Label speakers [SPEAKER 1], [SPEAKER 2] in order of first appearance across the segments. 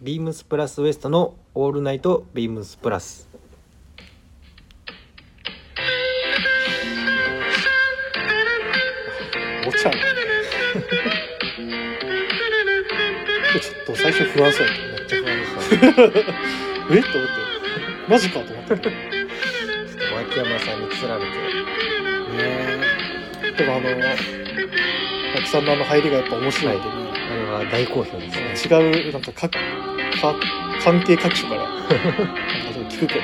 [SPEAKER 1] ビームスプラスウエストのオールナイトビームスプラス。
[SPEAKER 2] お茶ちょっと最初不安そうや
[SPEAKER 1] めっちゃ不安でし
[SPEAKER 2] ったえっと思ってマジかと思ってね
[SPEAKER 1] た。脇山さんに釣られて。
[SPEAKER 2] えでもあのたくさんのあの入りがやっぱ面白いんでね、
[SPEAKER 1] あれは大好評ですね。
[SPEAKER 2] 違うなんか各か関係各所からなんかそう聞くけど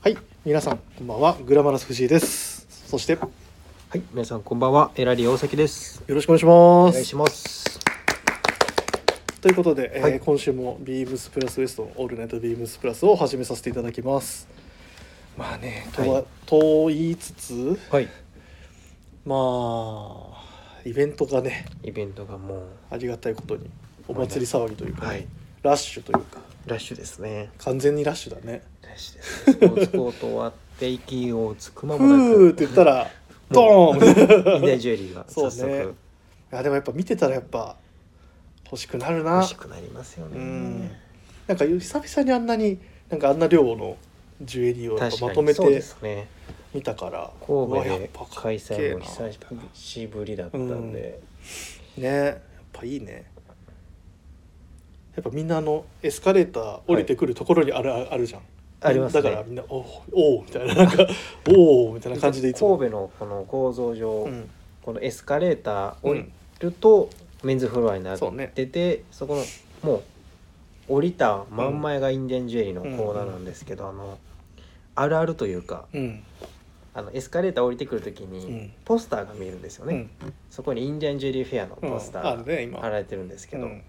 [SPEAKER 2] はい皆さんこんばんはグラマラス藤井ですそしてよ
[SPEAKER 1] はい、皆さんこんばんは。エラリー大崎です。
[SPEAKER 2] ろしくお願いしま
[SPEAKER 1] お
[SPEAKER 2] す
[SPEAKER 1] 願いします。
[SPEAKER 2] ということで、えー
[SPEAKER 1] はい
[SPEAKER 2] 今週もビームスプラスウエストオールナイトビームスプラスを始めさせていただきますまあねとは、
[SPEAKER 1] はい
[SPEAKER 2] と言いつつ
[SPEAKER 1] はい。
[SPEAKER 2] まあイベントがね
[SPEAKER 1] イベントがも
[SPEAKER 2] ありがたいことにお祭り騒ぎという
[SPEAKER 1] う、
[SPEAKER 2] か、
[SPEAKER 1] はい。
[SPEAKER 2] ラッシュというか
[SPEAKER 1] ラッシュですね。
[SPEAKER 2] 完全にラッシュだね
[SPEAKER 1] ラッシュですね。スポーツコート終わって、息をつく
[SPEAKER 2] 「
[SPEAKER 1] 間もな
[SPEAKER 2] ふー」
[SPEAKER 1] く、
[SPEAKER 2] って言っ たら「ドー
[SPEAKER 1] イ
[SPEAKER 2] ン! 」
[SPEAKER 1] ンディアジュエリーが早
[SPEAKER 2] そうね
[SPEAKER 1] 速
[SPEAKER 2] いやでもやっぱ見てたらやっぱ欲しくなるな
[SPEAKER 1] 欲しくなりますよ
[SPEAKER 2] う
[SPEAKER 1] ね
[SPEAKER 2] ん。なんか久々にあんなになんかあんな量のジュエリーをやっぱ
[SPEAKER 1] 確
[SPEAKER 2] ま
[SPEAKER 1] か
[SPEAKER 2] と
[SPEAKER 1] に
[SPEAKER 2] め
[SPEAKER 1] そうで
[SPEAKER 2] て
[SPEAKER 1] すね。
[SPEAKER 2] 見たからう
[SPEAKER 1] 神
[SPEAKER 2] わ
[SPEAKER 1] 戸
[SPEAKER 2] やっ
[SPEAKER 1] で
[SPEAKER 2] ぱかっけ
[SPEAKER 1] 開
[SPEAKER 2] え
[SPEAKER 1] 催
[SPEAKER 2] な
[SPEAKER 1] も久しぶりだったんで、
[SPEAKER 2] ねやっぱいいねやっぱみんなあのエスカレーター降りてくるところにある,、あるじゃん
[SPEAKER 1] ありますね
[SPEAKER 2] だからみんな「おーおー」みたいな なんか「おお」みたいな感じでいつも
[SPEAKER 1] 神戸のこの構造上、
[SPEAKER 2] うん
[SPEAKER 1] このエスカレーター
[SPEAKER 2] う
[SPEAKER 1] 降り
[SPEAKER 2] ん
[SPEAKER 1] るとメンズフロアになっ
[SPEAKER 2] そうね
[SPEAKER 1] てて、そこのもう降りた真ん前がインディアンジュエリーのコーナーなんですけど、あのあるあるというか
[SPEAKER 2] うん
[SPEAKER 1] あのエスカレーター降りてくるとき
[SPEAKER 2] う
[SPEAKER 1] に
[SPEAKER 2] ん
[SPEAKER 1] ポスターが見えるんですよ
[SPEAKER 2] う
[SPEAKER 1] ね、
[SPEAKER 2] ん
[SPEAKER 1] そこにインディアンジュエリーフェアのポスタ
[SPEAKER 2] うんあ
[SPEAKER 1] ー
[SPEAKER 2] るね
[SPEAKER 1] が
[SPEAKER 2] 今
[SPEAKER 1] 貼られてるんですけど、
[SPEAKER 2] うん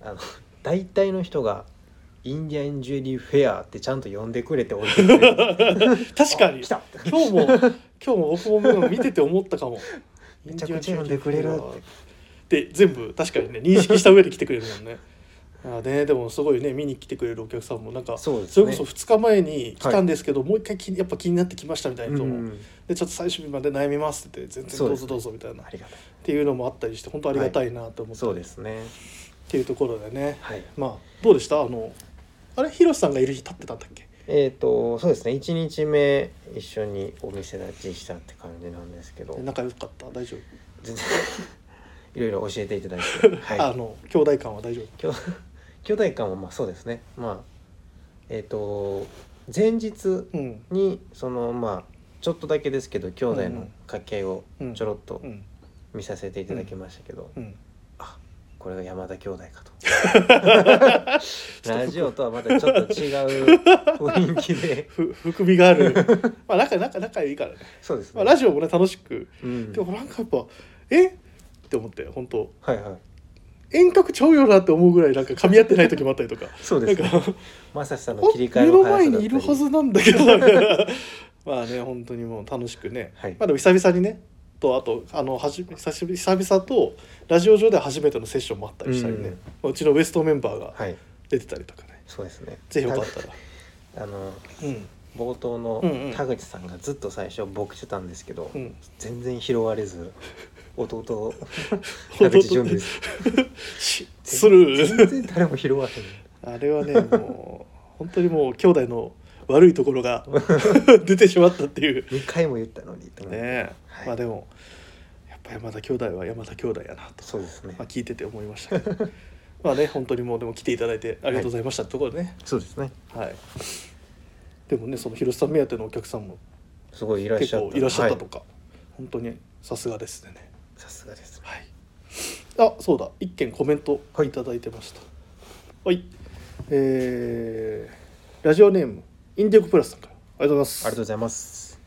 [SPEAKER 1] あの大体の人が「インディアンジュエリーフェア」ってちゃんと呼んでくれて降りてくれ る
[SPEAKER 2] 確かに
[SPEAKER 1] 来た
[SPEAKER 2] 今日も今日も僕も見てて思ったかも
[SPEAKER 1] めちゃくちゃ呼んでくれるって
[SPEAKER 2] で全部確かにね認識した上で来てくれるもんねあーねでもすごいね見に来てくれるお客さんもなんか
[SPEAKER 1] そうです
[SPEAKER 2] そ
[SPEAKER 1] ね
[SPEAKER 2] れこそ2日前に来たんですけど、もう一回気にやっぱ気になってきましたみたいな人も、
[SPEAKER 1] うん
[SPEAKER 2] でちょっと最終日まで悩みますって言って全然
[SPEAKER 1] そう
[SPEAKER 2] どう
[SPEAKER 1] です
[SPEAKER 2] ぞ
[SPEAKER 1] ね
[SPEAKER 2] どうぞみたいな、
[SPEAKER 1] あ
[SPEAKER 2] っ
[SPEAKER 1] りがたい
[SPEAKER 2] ていうのもあったりして本当ありがたいなと思って、
[SPEAKER 1] そう
[SPEAKER 2] っ
[SPEAKER 1] ですね
[SPEAKER 2] ていうところでね
[SPEAKER 1] はい
[SPEAKER 2] まあどうでしたあのあれヒロシさんがいる日立ってたんだっけ
[SPEAKER 1] えー、とそうですね1日目一緒にお店立ちしたって感じなんですけど
[SPEAKER 2] 仲良かった大丈夫
[SPEAKER 1] 全然 いろいろ教えていただい て
[SPEAKER 2] あ
[SPEAKER 1] はい
[SPEAKER 2] の兄弟感は大丈夫
[SPEAKER 1] 兄兄弟間はまあそうですねまあえっ、と前日
[SPEAKER 2] うん
[SPEAKER 1] にそのまあちょっとだけですけど兄弟の家系を
[SPEAKER 2] うん
[SPEAKER 1] ちょろっと
[SPEAKER 2] うん
[SPEAKER 1] 見させていただきましたけど、
[SPEAKER 2] うん
[SPEAKER 1] あこれが山田兄弟か とラジオとはまたちょっと違う雰囲気 で
[SPEAKER 2] ふ含みが あるまあ仲仲仲いいからね、
[SPEAKER 1] そうです
[SPEAKER 2] ま
[SPEAKER 1] ね、
[SPEAKER 2] あ、ラジオもね楽しく、
[SPEAKER 1] うん
[SPEAKER 2] でもなんかやっぱえって思って本当
[SPEAKER 1] はいはい
[SPEAKER 2] 遠隔ちゃうよなって思うぐらいなんか噛み合ってない時もあったりとか
[SPEAKER 1] そう
[SPEAKER 2] な
[SPEAKER 1] で
[SPEAKER 2] ん
[SPEAKER 1] す
[SPEAKER 2] か
[SPEAKER 1] ねまさしさんの
[SPEAKER 2] お
[SPEAKER 1] 切り替え
[SPEAKER 2] 目
[SPEAKER 1] の速さ
[SPEAKER 2] の前
[SPEAKER 1] だった
[SPEAKER 2] に
[SPEAKER 1] り
[SPEAKER 2] いるはずなんだけど まあね本当にもう楽しくね、
[SPEAKER 1] はい
[SPEAKER 2] まあでも久々にねとあとあのはじ久しぶり久々とラジオ上では初めてのセッションもあったりしたりね、うちのウエストメンバーが
[SPEAKER 1] はい
[SPEAKER 2] 出てたりとかね、
[SPEAKER 1] そうですね
[SPEAKER 2] ぜひよかったら、
[SPEAKER 1] たあの
[SPEAKER 2] うん
[SPEAKER 1] 冒頭の
[SPEAKER 2] うんうん
[SPEAKER 1] 田口さんがずっと最初僕してたんですけど、
[SPEAKER 2] うん、
[SPEAKER 1] 全然拾われ ず弟田口純です
[SPEAKER 2] しする
[SPEAKER 1] 全然誰も拾わ へん
[SPEAKER 2] あれはねもう本当にもう兄弟の悪いところが出てしまったっていうね
[SPEAKER 1] 2回も言ったのにと思って
[SPEAKER 2] え、
[SPEAKER 1] はい
[SPEAKER 2] まあでもやっぱ山田兄弟は山田兄弟やなと、
[SPEAKER 1] そうですね
[SPEAKER 2] まあ、聞いてて思いましたけどまあね本当にもうでも来ていただいてありがとうございましたってところでね
[SPEAKER 1] そうですね
[SPEAKER 2] はい、でもねその広瀬さん目当てのお客さんも
[SPEAKER 1] すごいいらっし
[SPEAKER 2] 結
[SPEAKER 1] ゃっ
[SPEAKER 2] 構
[SPEAKER 1] た
[SPEAKER 2] いらっしゃったと
[SPEAKER 1] は
[SPEAKER 2] か、本当にさすがですね
[SPEAKER 1] いさすがですね
[SPEAKER 2] はい。あ、そうだ。一件コメントいただいてました。はい。えーラジオネームインディゴプラスさんから。ありがとうござ
[SPEAKER 1] あり
[SPEAKER 2] います。
[SPEAKER 1] がとうございます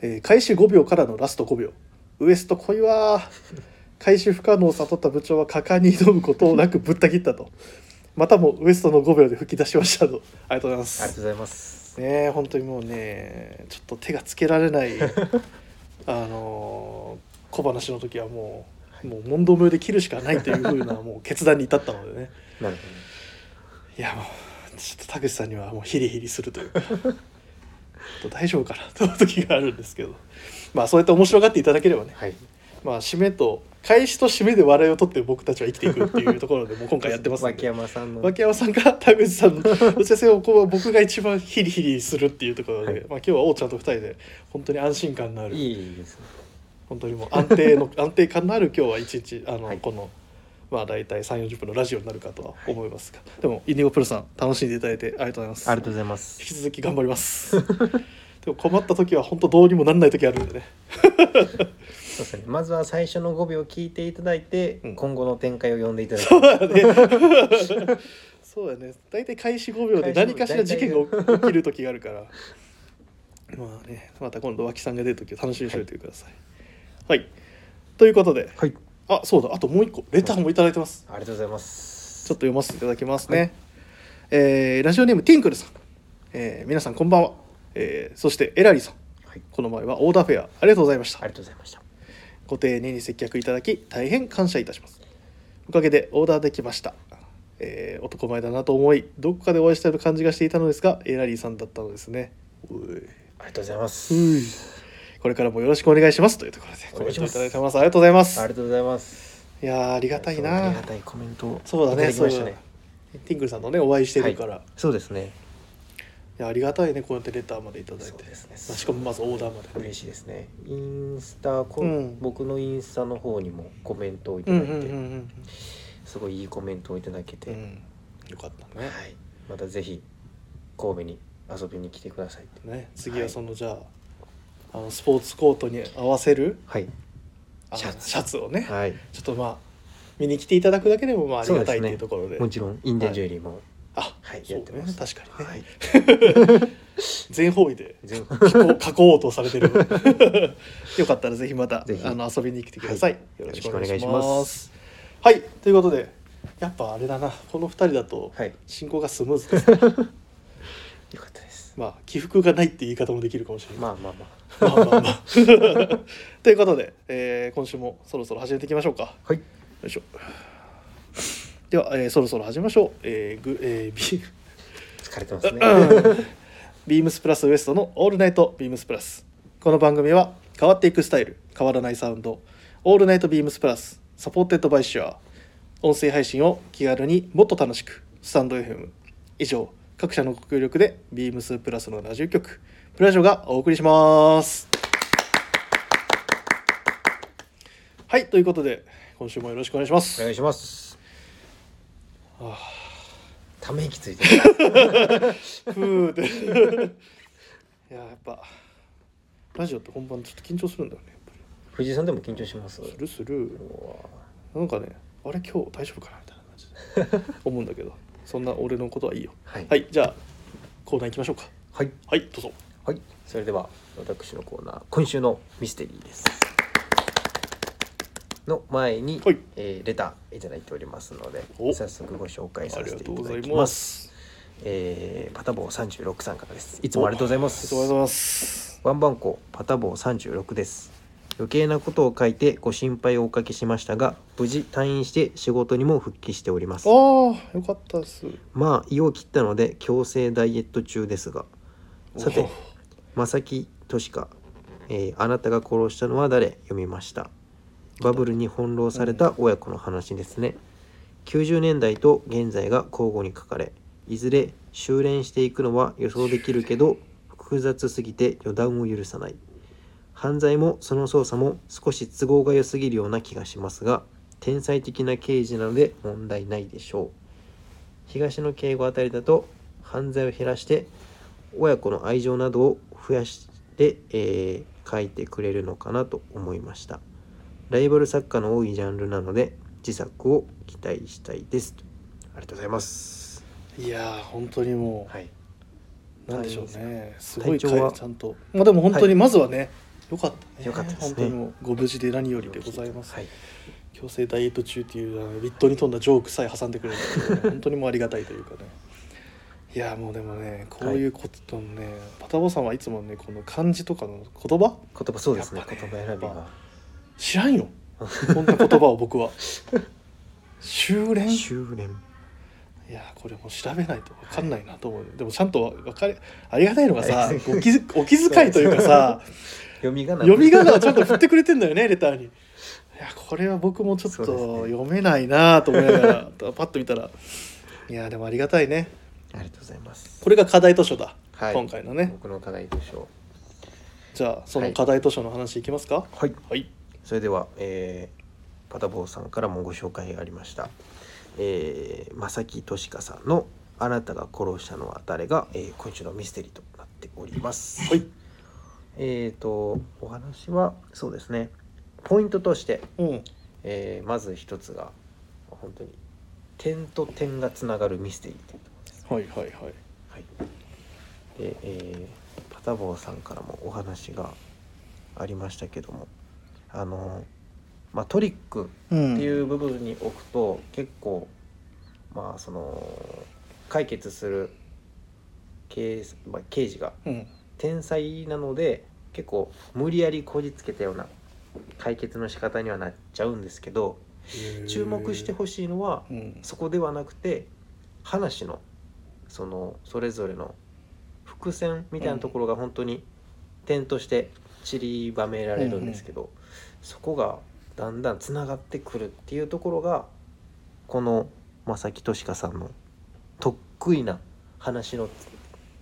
[SPEAKER 2] えー開始5秒からのラスト5秒。ウエスト濃いわ ー。開始不可能を悟った部長は果敢に挑むことをなくぶった切ったと。またもウエストの5秒で吹き出しましたと。ありがと
[SPEAKER 1] あ
[SPEAKER 2] うございま
[SPEAKER 1] りが
[SPEAKER 2] す
[SPEAKER 1] と。うございます
[SPEAKER 2] ねえ本当にもうねちょっと手がつけられないあのー小話の時はもうもう問答無用で切るしかないというふうなもう決断に至ったのでね
[SPEAKER 1] なるほ
[SPEAKER 2] いやもうちょっと田口さんにはもうヒリヒリするというかと大丈夫かなと思う時があるんですけどまあそうやって面白がっていただければね
[SPEAKER 1] はい
[SPEAKER 2] まあ締めと開始と締めで笑いを取って僕たちは生きていくっていうところでもう今回やってますん
[SPEAKER 1] 脇
[SPEAKER 2] で
[SPEAKER 1] 山さんの
[SPEAKER 2] 脇山さんか田口さんのどちらせよこう僕が一番ヒリヒリするっていうところ
[SPEAKER 1] は
[SPEAKER 2] で、
[SPEAKER 1] い
[SPEAKER 2] まあ、今日は王ちゃんと二人で本当に安心感のある
[SPEAKER 1] いいですね
[SPEAKER 2] 本当にもう安 定の安定感のある今日は一日あの、
[SPEAKER 1] はい
[SPEAKER 2] このまあ大体3 4 0分のラジオになるかとは思いますが、でもインディゴプロさん楽しんでいただいてありがとうございます
[SPEAKER 1] ありが とうございます
[SPEAKER 2] 引き続き頑張りますでも困った時は本当どうにもなんない時あるんでね
[SPEAKER 1] そうですねまずは最初の5秒聞いていただいて、
[SPEAKER 2] うん
[SPEAKER 1] 今後の展開を読んでいただく
[SPEAKER 2] そうだねそうだね大体開始5秒で何かしら事件が起きる時があるから まあねまた今度脇さんが出る時を楽しみにしておいてくださいはい、ということで
[SPEAKER 1] はい
[SPEAKER 2] あそうだあともう一個レターもいただいてます
[SPEAKER 1] ありがとうございます
[SPEAKER 2] ちょっと読ませていただきますね。
[SPEAKER 1] はい
[SPEAKER 2] えーラジオネームティンクルさん、えー皆さんこんばんは、えーそしてエラリーさん、
[SPEAKER 1] はい
[SPEAKER 2] この前はオーダーフェアありがとうございまし
[SPEAKER 1] あ
[SPEAKER 2] た
[SPEAKER 1] り。がとうございました
[SPEAKER 2] ご丁寧に接客いただき大変感謝いたします。おかげでオーダーできました。えー男前だなと思いどこかでお会いしたような感じがしていたのですがエラリーさんだったのですね。うい
[SPEAKER 1] ありがとうございます
[SPEAKER 2] ういこれからもよろしくお願いしますというところで
[SPEAKER 1] お
[SPEAKER 2] コ
[SPEAKER 1] 願い
[SPEAKER 2] メン
[SPEAKER 1] し
[SPEAKER 2] ト
[SPEAKER 1] ま
[SPEAKER 2] い
[SPEAKER 1] す
[SPEAKER 2] ただいてます。ありがとうございま
[SPEAKER 1] あり
[SPEAKER 2] す。
[SPEAKER 1] がとうございます
[SPEAKER 2] いやーありがたいな
[SPEAKER 1] ありがたいコメントを
[SPEAKER 2] そうだね、
[SPEAKER 1] いた
[SPEAKER 2] そ
[SPEAKER 1] だ
[SPEAKER 2] う
[SPEAKER 1] きまし
[SPEAKER 2] だ
[SPEAKER 1] た
[SPEAKER 2] ね
[SPEAKER 1] ね。
[SPEAKER 2] ティンクルさんのね、お会いしてるから、い、
[SPEAKER 1] そうですね
[SPEAKER 2] やありがたいね、こうやってレターまでいただい
[SPEAKER 1] そう
[SPEAKER 2] て、
[SPEAKER 1] ですね
[SPEAKER 2] まあしかもまずオーダーまで、
[SPEAKER 1] 嬉しいですねインスタこ、
[SPEAKER 2] うん
[SPEAKER 1] 僕のインスタの方にもコメントをいた
[SPEAKER 2] うん
[SPEAKER 1] だい
[SPEAKER 2] うん
[SPEAKER 1] て、
[SPEAKER 2] うんうん
[SPEAKER 1] すごいいいコメントをいただけて、
[SPEAKER 2] うん、うん、よかった
[SPEAKER 1] は
[SPEAKER 2] ね。
[SPEAKER 1] い、またぜひ神戸に遊びに来てくださいって
[SPEAKER 2] ね、次はその、じゃあ、あのスポーツコートに合わせる
[SPEAKER 1] はい
[SPEAKER 2] あの
[SPEAKER 1] シャツ
[SPEAKER 2] シャツをね、
[SPEAKER 1] はい
[SPEAKER 2] ちょっとまあ見に来ていただくだけでもまあありがたい
[SPEAKER 1] そうです
[SPEAKER 2] っ
[SPEAKER 1] ね
[SPEAKER 2] ていうところで、
[SPEAKER 1] もちろんインデンジュエリーも
[SPEAKER 2] あ、
[SPEAKER 1] はい
[SPEAKER 2] そう
[SPEAKER 1] やってま
[SPEAKER 2] ね
[SPEAKER 1] す、
[SPEAKER 2] 確かにね、
[SPEAKER 1] はい
[SPEAKER 2] 全方 位で
[SPEAKER 1] 全部
[SPEAKER 2] 囲こう囲おうとさ れてるよかったらぜひまた
[SPEAKER 1] ぜひ
[SPEAKER 2] あの遊びに来てください、よろしくお願いします
[SPEAKER 1] よろしくお願いします
[SPEAKER 2] はいということでやっぱあれだなこの2人だと
[SPEAKER 1] はい
[SPEAKER 2] 進行がスムーズです ね、
[SPEAKER 1] よかったです
[SPEAKER 2] まあ起伏がないって言い方もできるかもしれない、
[SPEAKER 1] まあまあまあ
[SPEAKER 2] まあ、まあまあ ということで、えー今週もそろそろ始めていきましょうか
[SPEAKER 1] はい
[SPEAKER 2] よいしょでは、えーそろそろ始めましょう、えーぐえー、ビ
[SPEAKER 1] 疲れてますね
[SPEAKER 2] ビームスプラスウエストのオールナイトビームスプラス。この番組は変わっていくスタイル、変わらないサウンド、オールナイトビームスプラス、サポーテッドバイシュア、音声配信を気軽にもっと楽しく、スタンド FM。以上、各社のご協力でビームスプラスのラジオ局、プラジオがお送りします。はい、ということで、今週もよろしくお願いしま
[SPEAKER 1] お
[SPEAKER 2] す。
[SPEAKER 1] 願いします
[SPEAKER 2] あ
[SPEAKER 1] ため息ついてる
[SPEAKER 2] ふーって。 いや、やっぱ、ラジオって本番ちょっと緊張するんだよね、やっぱり。
[SPEAKER 1] 藤井さんでも緊張します
[SPEAKER 2] するする
[SPEAKER 1] うわ
[SPEAKER 2] なんかねあれ今日大丈夫かなみたいな感じで思うんだけどそんな俺のことはいいよ
[SPEAKER 1] はい
[SPEAKER 2] はいじゃあコーナー行きましょうか
[SPEAKER 1] はい
[SPEAKER 2] はいどうぞ
[SPEAKER 1] はい、それでは私のコーナー今週のミステリーですの前に、
[SPEAKER 2] はい
[SPEAKER 1] えーレターいただいておりますので
[SPEAKER 2] お
[SPEAKER 1] 早速ご紹介
[SPEAKER 2] あ
[SPEAKER 1] さ
[SPEAKER 2] り
[SPEAKER 1] せ
[SPEAKER 2] が
[SPEAKER 1] てい
[SPEAKER 2] とう
[SPEAKER 1] た
[SPEAKER 2] ござ
[SPEAKER 1] だ
[SPEAKER 2] い
[SPEAKER 1] き
[SPEAKER 2] ま
[SPEAKER 1] ます
[SPEAKER 2] す
[SPEAKER 1] えーパタボー36さんからですいつもありがとうございます
[SPEAKER 2] おありがとうございます
[SPEAKER 1] ワンバンコパタボー36です余計なことを書いてご心配をおかけしましたが無事退院して仕事にも復帰しております
[SPEAKER 2] ああよかったです
[SPEAKER 1] まあ胃を切ったので強制ダイエット中ですがさて正木俊香、えーあなたが殺したのは誰読みましたバブルに翻弄された親子の話ですね、90年代と現在が交互に書かれいずれ修練していくのは予想できるけど複雑すぎて予断を許さない犯罪もその捜査も少し都合が良すぎるような気がしますが天才的な刑事なので問題ないでしょう東の敬語あたりだと犯罪を減らして親子の愛情などを増やして、えー書いてくれるのかなと思いましたライバル作家の多いジャンルなので自作を期待したいですありがとうございます
[SPEAKER 2] いやー本当にも
[SPEAKER 1] はいう
[SPEAKER 2] なんでしょうねすごい
[SPEAKER 1] 体調は
[SPEAKER 2] ちゃんとまあでも本当
[SPEAKER 1] は
[SPEAKER 2] に
[SPEAKER 1] い
[SPEAKER 2] まずはねよかったね
[SPEAKER 1] よかったですね
[SPEAKER 2] 本当にもうご無事で何よりでございます
[SPEAKER 1] はい
[SPEAKER 2] 強制ダイエット中っていうあのウィットに富んだジョークさえ挟んでくれるんだけど本当にもうありがたいというかねいやもうでもねこういうことのね、パタボさんはいつもねこの漢字とかの言葉
[SPEAKER 1] 言葉そうですね
[SPEAKER 2] やっぱね
[SPEAKER 1] 言葉選び
[SPEAKER 2] やっ
[SPEAKER 1] が
[SPEAKER 2] 知らんよこんな言葉を僕は修練
[SPEAKER 1] 修練
[SPEAKER 2] いやーこれもう調べないと分かんないなと思う、でもちゃんと分かれありがたいのがさお気づお気遣いというかさ
[SPEAKER 1] 読み仮名
[SPEAKER 2] 読み仮名をちゃんと振ってくれてん だよねレターにいやこれは僕もちょっと
[SPEAKER 1] そうですね
[SPEAKER 2] 読めないなと思いながら、パッと見 たらいやーでもありがたいね
[SPEAKER 1] ありがとうございます
[SPEAKER 2] これが課題図書だ、
[SPEAKER 1] はい
[SPEAKER 2] 今回のね
[SPEAKER 1] 僕の課題でしょ
[SPEAKER 2] じゃあそ
[SPEAKER 1] は
[SPEAKER 2] の
[SPEAKER 1] い
[SPEAKER 2] 課題図書の話いきますかは
[SPEAKER 1] うはい
[SPEAKER 2] い、
[SPEAKER 1] それでは、えーパタボーさんからもご紹介がありました、えー、正木俊香さんの「あなたが殺したのは誰が」えー今週のミステリーとなっております。
[SPEAKER 2] はい
[SPEAKER 1] えー、とお話はそうですねポイントとして、
[SPEAKER 2] うん
[SPEAKER 1] えーまず一つが本当に点と点がつながるミステリーというところですね。
[SPEAKER 2] はいはいはい
[SPEAKER 1] はい、で、えーパタボーさんからもお話がありましたけどもあの、まあ、トリック
[SPEAKER 2] うん
[SPEAKER 1] っていう部分に置くと結構まあその解決する刑,、まあ、刑事が
[SPEAKER 2] うん
[SPEAKER 1] 天才なので結構無理やりこじつけたような解決の仕方にはなっちゃうんですけど注目してほしいのは
[SPEAKER 2] うん
[SPEAKER 1] そこではなくて話のそのそれぞれの伏線みたいなところが本当に点として散りばめられるんですけど、そこがだんだんつながってくるっていうところがこの正木俊香さんの得意な話のつ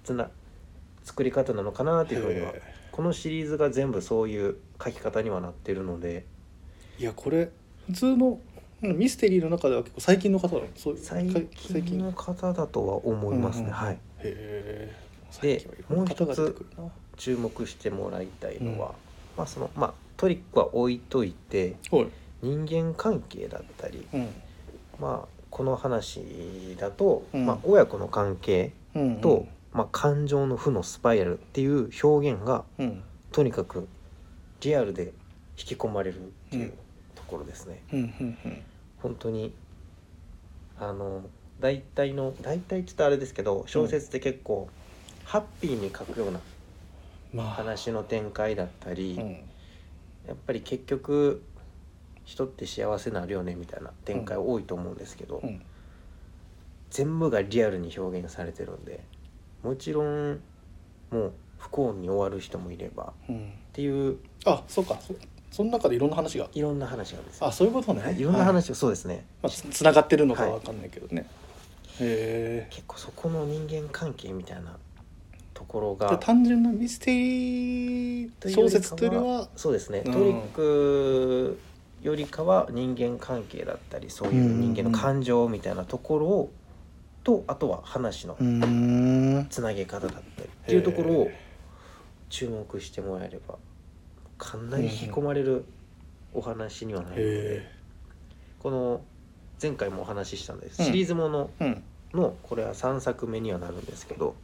[SPEAKER 1] つな作り方なのかなっていうふうには
[SPEAKER 2] へ
[SPEAKER 1] このシリーズが全部そういう書き方にはなってるので
[SPEAKER 2] ーいやこれ普通のうんミステリーの中では結構最近の方だそう
[SPEAKER 1] 最
[SPEAKER 2] か
[SPEAKER 1] 近の方だとは思いますね。
[SPEAKER 2] うんうん
[SPEAKER 1] はい
[SPEAKER 2] へ
[SPEAKER 1] で
[SPEAKER 2] えもう一つ
[SPEAKER 1] 注目してもらいたいのは、まあそのまあトリックは置いといて
[SPEAKER 2] はい
[SPEAKER 1] 人間関係だったり
[SPEAKER 2] うん
[SPEAKER 1] まあこの話だと、
[SPEAKER 2] うん
[SPEAKER 1] まあ、親子の関係
[SPEAKER 2] うん
[SPEAKER 1] と、まあ、感情の負のスパイラルっていう表現が
[SPEAKER 2] うん
[SPEAKER 1] とにかくリアルで引き込まれるっていううんところですね。
[SPEAKER 2] うんうんうん
[SPEAKER 1] 本当にあの大体の大体って言ったらあれですけど小説って結構、ハッピーに書くような
[SPEAKER 2] まあ
[SPEAKER 1] 話の展開だったり、
[SPEAKER 2] うん
[SPEAKER 1] やっぱり結局人って幸せになるよねみたいな展開多いと思うんですけど、
[SPEAKER 2] うん
[SPEAKER 1] 全部がリアルに表現されてるんでもちろんもう不幸に終わる人もいれば
[SPEAKER 2] うん
[SPEAKER 1] っていう
[SPEAKER 2] あそうかそその中でいろんな話が
[SPEAKER 1] いろんな話があるんですよ
[SPEAKER 2] あそういうことね
[SPEAKER 1] はいいろんな
[SPEAKER 2] はい
[SPEAKER 1] 話が、そうですね
[SPEAKER 2] まあつつながってるのかわかんないけどねへえ
[SPEAKER 1] 結構そこの人間関係みたいなところ
[SPEAKER 2] じゃあ
[SPEAKER 1] が
[SPEAKER 2] 単純なミステリー小説というよりは
[SPEAKER 1] そうですね、
[SPEAKER 2] うん
[SPEAKER 1] トリックよりかは人間関係だったりそういう人間の感情みたいなところを、とあとは話の
[SPEAKER 2] うん
[SPEAKER 1] つなげ方だったりっていうところを注目してもらえればかなり引き込まれるお話にはなるので
[SPEAKER 2] へ
[SPEAKER 1] この前回もお話ししたんです
[SPEAKER 2] うん
[SPEAKER 1] シリーズもの
[SPEAKER 2] えうん
[SPEAKER 1] のこれは3作目にはなるんですけど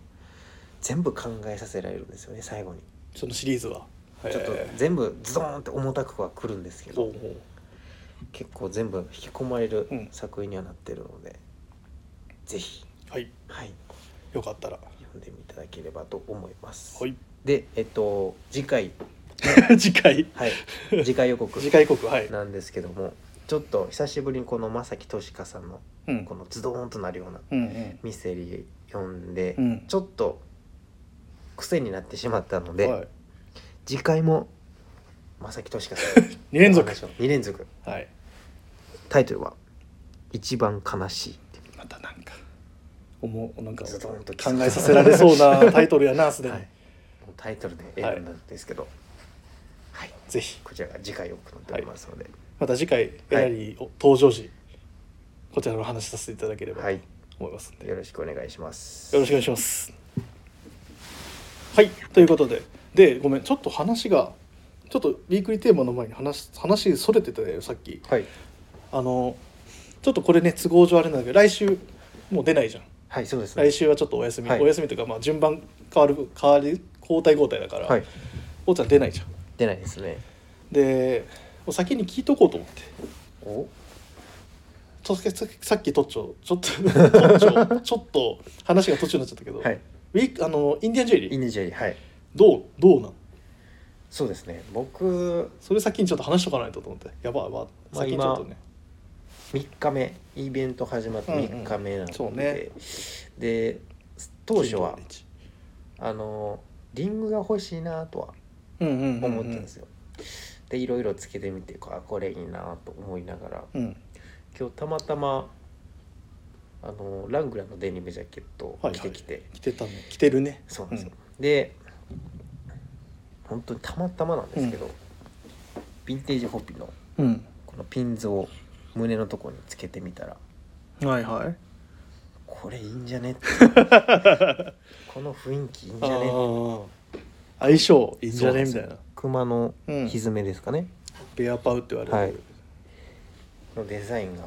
[SPEAKER 1] 全部考えさせられるんですよね最後に
[SPEAKER 2] そのシリーズは
[SPEAKER 1] ちょっと
[SPEAKER 2] へえ
[SPEAKER 1] 全部ズドーンって重たくはくるんですけ
[SPEAKER 2] お
[SPEAKER 1] ど
[SPEAKER 2] うおう
[SPEAKER 1] 結構全部引き込まれる
[SPEAKER 2] うん
[SPEAKER 1] 作品にはなってるのでぜひ
[SPEAKER 2] はい
[SPEAKER 1] はい
[SPEAKER 2] よかったら
[SPEAKER 1] 読んでみていただければと思います
[SPEAKER 2] は。い
[SPEAKER 1] でえっと次回
[SPEAKER 2] 次回
[SPEAKER 1] はい、次回予告
[SPEAKER 2] 次回告はい
[SPEAKER 1] なんですけどもちょっと久しぶりにこの正木俊香さんの
[SPEAKER 2] うん
[SPEAKER 1] このズドーンとなるような
[SPEAKER 2] うんうん
[SPEAKER 1] ミステリー読んで、
[SPEAKER 2] うん
[SPEAKER 1] ちょっと癖になってしまったので、
[SPEAKER 2] はい
[SPEAKER 1] 次回も正木俊香さんの
[SPEAKER 2] 二連続
[SPEAKER 1] お話を二連続
[SPEAKER 2] はい
[SPEAKER 1] タイトルは「一番悲しいっていう
[SPEAKER 2] またなんか思うなんか
[SPEAKER 1] ズドンとき
[SPEAKER 2] 考
[SPEAKER 1] そう
[SPEAKER 2] えさせられそうなタイトルやなすで」に、
[SPEAKER 1] はい、もうタイトルで選んだんですけど、はい
[SPEAKER 2] ぜひ
[SPEAKER 1] こちらが次回予告になっておりますので、
[SPEAKER 2] また次回エラリーを登場時、こちらの話させていただければ
[SPEAKER 1] はい
[SPEAKER 2] と思いますんで、
[SPEAKER 1] よろしくお願いします。
[SPEAKER 2] よろしくお願いしますはいということででごめんちょっと話がちょっとウィークリーテーマの前に話話それてたよさっき
[SPEAKER 1] はい、
[SPEAKER 2] あのちょっとこれね都合上あれなんだけど来週もう出ないじゃん
[SPEAKER 1] はい、そうですね。
[SPEAKER 2] 来週はちょっとお休み、
[SPEAKER 1] はい
[SPEAKER 2] お休みというかまあ順番変わる変わり交代交代だから、
[SPEAKER 1] はい、
[SPEAKER 2] おうちゃん出ないじゃん
[SPEAKER 1] 出ないですね。
[SPEAKER 2] でもう先に聞いとこうと思って
[SPEAKER 1] お
[SPEAKER 2] ちょっとさっきさっきトッチョちょっと トッチョちょっと話が途中になっちゃったけど、
[SPEAKER 1] はい。
[SPEAKER 2] ウィークあのインディアンジュエリ
[SPEAKER 1] イ
[SPEAKER 2] ー
[SPEAKER 1] ンディジェリー、はい。
[SPEAKER 2] どうどうなん
[SPEAKER 1] そうですね。僕、
[SPEAKER 2] それ先にちょっと話しとかないとと思ってやばいやばい
[SPEAKER 1] まあ
[SPEAKER 2] 先にちょっとね
[SPEAKER 1] 3日目イベント始まって3日目なので、
[SPEAKER 2] うんうんそうね
[SPEAKER 1] で当初はあのリングが欲しいなとは
[SPEAKER 2] うんうんうんうん
[SPEAKER 1] 思ったんですよ、でいろいろつけてみてあこれいいなと思いながら
[SPEAKER 2] うん
[SPEAKER 1] 今日たまたまあのラングラーのデニムジャケットを着てきて、
[SPEAKER 2] 来てたね来てるね
[SPEAKER 1] そうなんですよ、で本当にたまたまなんですけど、ヴィンテージホッピーの
[SPEAKER 2] うん
[SPEAKER 1] このピンズを胸のところにつけてみたら
[SPEAKER 2] はいはい
[SPEAKER 1] これいいんじゃね この雰囲気いいんじゃね
[SPEAKER 2] ああ相性いいんじゃねみ
[SPEAKER 1] そ
[SPEAKER 2] た
[SPEAKER 1] う
[SPEAKER 2] い
[SPEAKER 1] んです
[SPEAKER 2] な
[SPEAKER 1] よ熊の
[SPEAKER 2] うん
[SPEAKER 1] ひづめですかね、
[SPEAKER 2] ベアパウって言われる、
[SPEAKER 1] はいのデザインが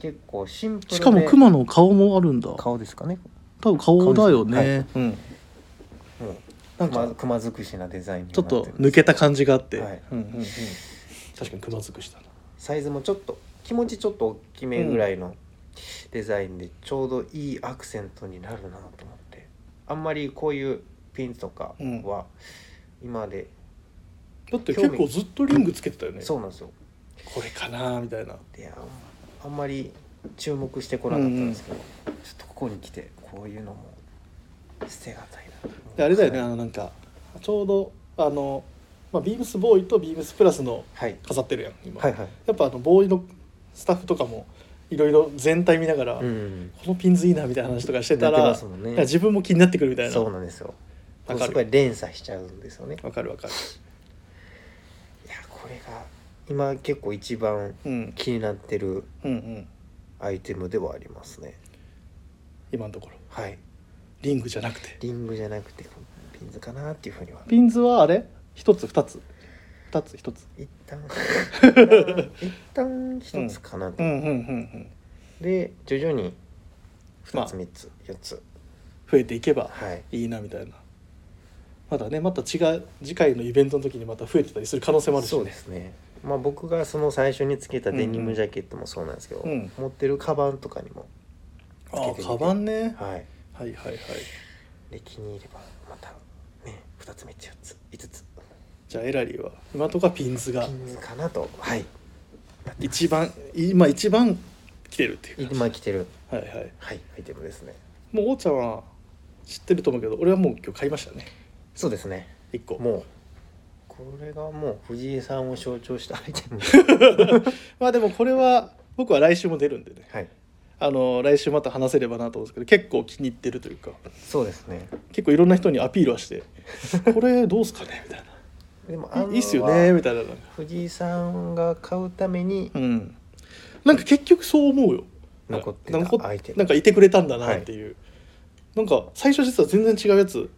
[SPEAKER 1] 結構シンプルで
[SPEAKER 2] しかもクマの顔もあるんだ多
[SPEAKER 1] 顔ですかね
[SPEAKER 2] 分顔だよね、
[SPEAKER 1] 顔で
[SPEAKER 2] うん
[SPEAKER 1] もう
[SPEAKER 2] なんか
[SPEAKER 1] 熊熊尽くしなデザインに
[SPEAKER 2] ちょ
[SPEAKER 1] はな
[SPEAKER 2] っ
[SPEAKER 1] てる
[SPEAKER 2] と
[SPEAKER 1] んです
[SPEAKER 2] 抜けた感じがあって、
[SPEAKER 1] はい
[SPEAKER 2] うんうんうん、確かにクマ尽くしたな
[SPEAKER 1] サイズもちょっと気持ちちょっと大きめぐらいのデザインでちょうどいいアクセントになるなと思ってあんまりこういうピンとか
[SPEAKER 2] うん
[SPEAKER 1] は今まで、
[SPEAKER 2] だって結構ずっとリングつけてたよね
[SPEAKER 1] そうなんですよ
[SPEAKER 2] これかなみたいな
[SPEAKER 1] であんあんまり注目してこなかったんですけど、ちょっとここに来てこういうのも捨てがたいな
[SPEAKER 2] であれだよね
[SPEAKER 1] は
[SPEAKER 2] あ
[SPEAKER 1] い
[SPEAKER 2] のなんかちょうどあの、まあ、ビームスボーイとビームスプラスの
[SPEAKER 1] はい
[SPEAKER 2] 飾ってるやん今、
[SPEAKER 1] はいはい
[SPEAKER 2] やっぱあのボーイのスタッフとかもいろいろ全体見ながら、
[SPEAKER 1] うん
[SPEAKER 2] このピンズいいなみたいな話とかして
[SPEAKER 1] な
[SPEAKER 2] た
[SPEAKER 1] って
[SPEAKER 2] ら、
[SPEAKER 1] ますもんね
[SPEAKER 2] なんか自分も気になってくるみたいな
[SPEAKER 1] そうなんですよ
[SPEAKER 2] わかる
[SPEAKER 1] すごい連鎖しちゃうんですよね
[SPEAKER 2] わかるわかる
[SPEAKER 1] いやこれが今結構一番
[SPEAKER 2] うん
[SPEAKER 1] 気になってる
[SPEAKER 2] うんうん
[SPEAKER 1] アイテムではありますね
[SPEAKER 2] 今のところ
[SPEAKER 1] はい
[SPEAKER 2] リングじゃなくて
[SPEAKER 1] リングじゃなくてピンズかなっていうふうには
[SPEAKER 2] ピンズはあれ一つ二つ二つ一つ
[SPEAKER 1] 一 旦一旦一つかなと、
[SPEAKER 2] うんうんうんうん
[SPEAKER 1] で徐々に2
[SPEAKER 2] まあ
[SPEAKER 1] つ3つ4つ
[SPEAKER 2] 増えていけば
[SPEAKER 1] はい
[SPEAKER 2] いいなみたいなまだねまた違う次回のイベントの時にまた増えてたりする可能性もあるし、ね、
[SPEAKER 1] そうですねまあ僕がその最初につけたデニムジャケットもそうなんですけど、
[SPEAKER 2] うん
[SPEAKER 1] 持ってるカバンとかにもつけ
[SPEAKER 2] あ
[SPEAKER 1] てみ
[SPEAKER 2] あ
[SPEAKER 1] て
[SPEAKER 2] カバンね、
[SPEAKER 1] はい
[SPEAKER 2] はい、はいはい
[SPEAKER 1] で気に入ればまたね2つ3つ4つ5つ
[SPEAKER 2] じゃあエラリーは今とかピンズが
[SPEAKER 1] ピンズかなとはい
[SPEAKER 2] 一番今一番来てるっていう
[SPEAKER 1] 今着てる
[SPEAKER 2] はいはい
[SPEAKER 1] はいアイテムですね
[SPEAKER 2] もうおーちゃんは知ってると思うけど俺はもう今日買いましたね
[SPEAKER 1] そうですね
[SPEAKER 2] 一個
[SPEAKER 1] もうこれがもう藤井さんを象徴したアイテ ム
[SPEAKER 2] まあでもこれは僕は来週も出るんでね
[SPEAKER 1] はい
[SPEAKER 2] あの来週また話せればなと思うんですけど結構気に入ってるというか
[SPEAKER 1] そうですね
[SPEAKER 2] 結構いろんな人にアピール はして「これどうすかね?」みたい
[SPEAKER 1] でも
[SPEAKER 2] な「いいいっすよね」
[SPEAKER 1] は
[SPEAKER 2] みたいななんか
[SPEAKER 1] 藤井さんが買うために
[SPEAKER 2] うんなんか結局そう思うよ
[SPEAKER 1] 残って
[SPEAKER 2] なんか
[SPEAKER 1] た
[SPEAKER 2] 残
[SPEAKER 1] アイ
[SPEAKER 2] っ
[SPEAKER 1] テム
[SPEAKER 2] なんかいてくれたんだなっていう、なんか最初実は全然違うやつ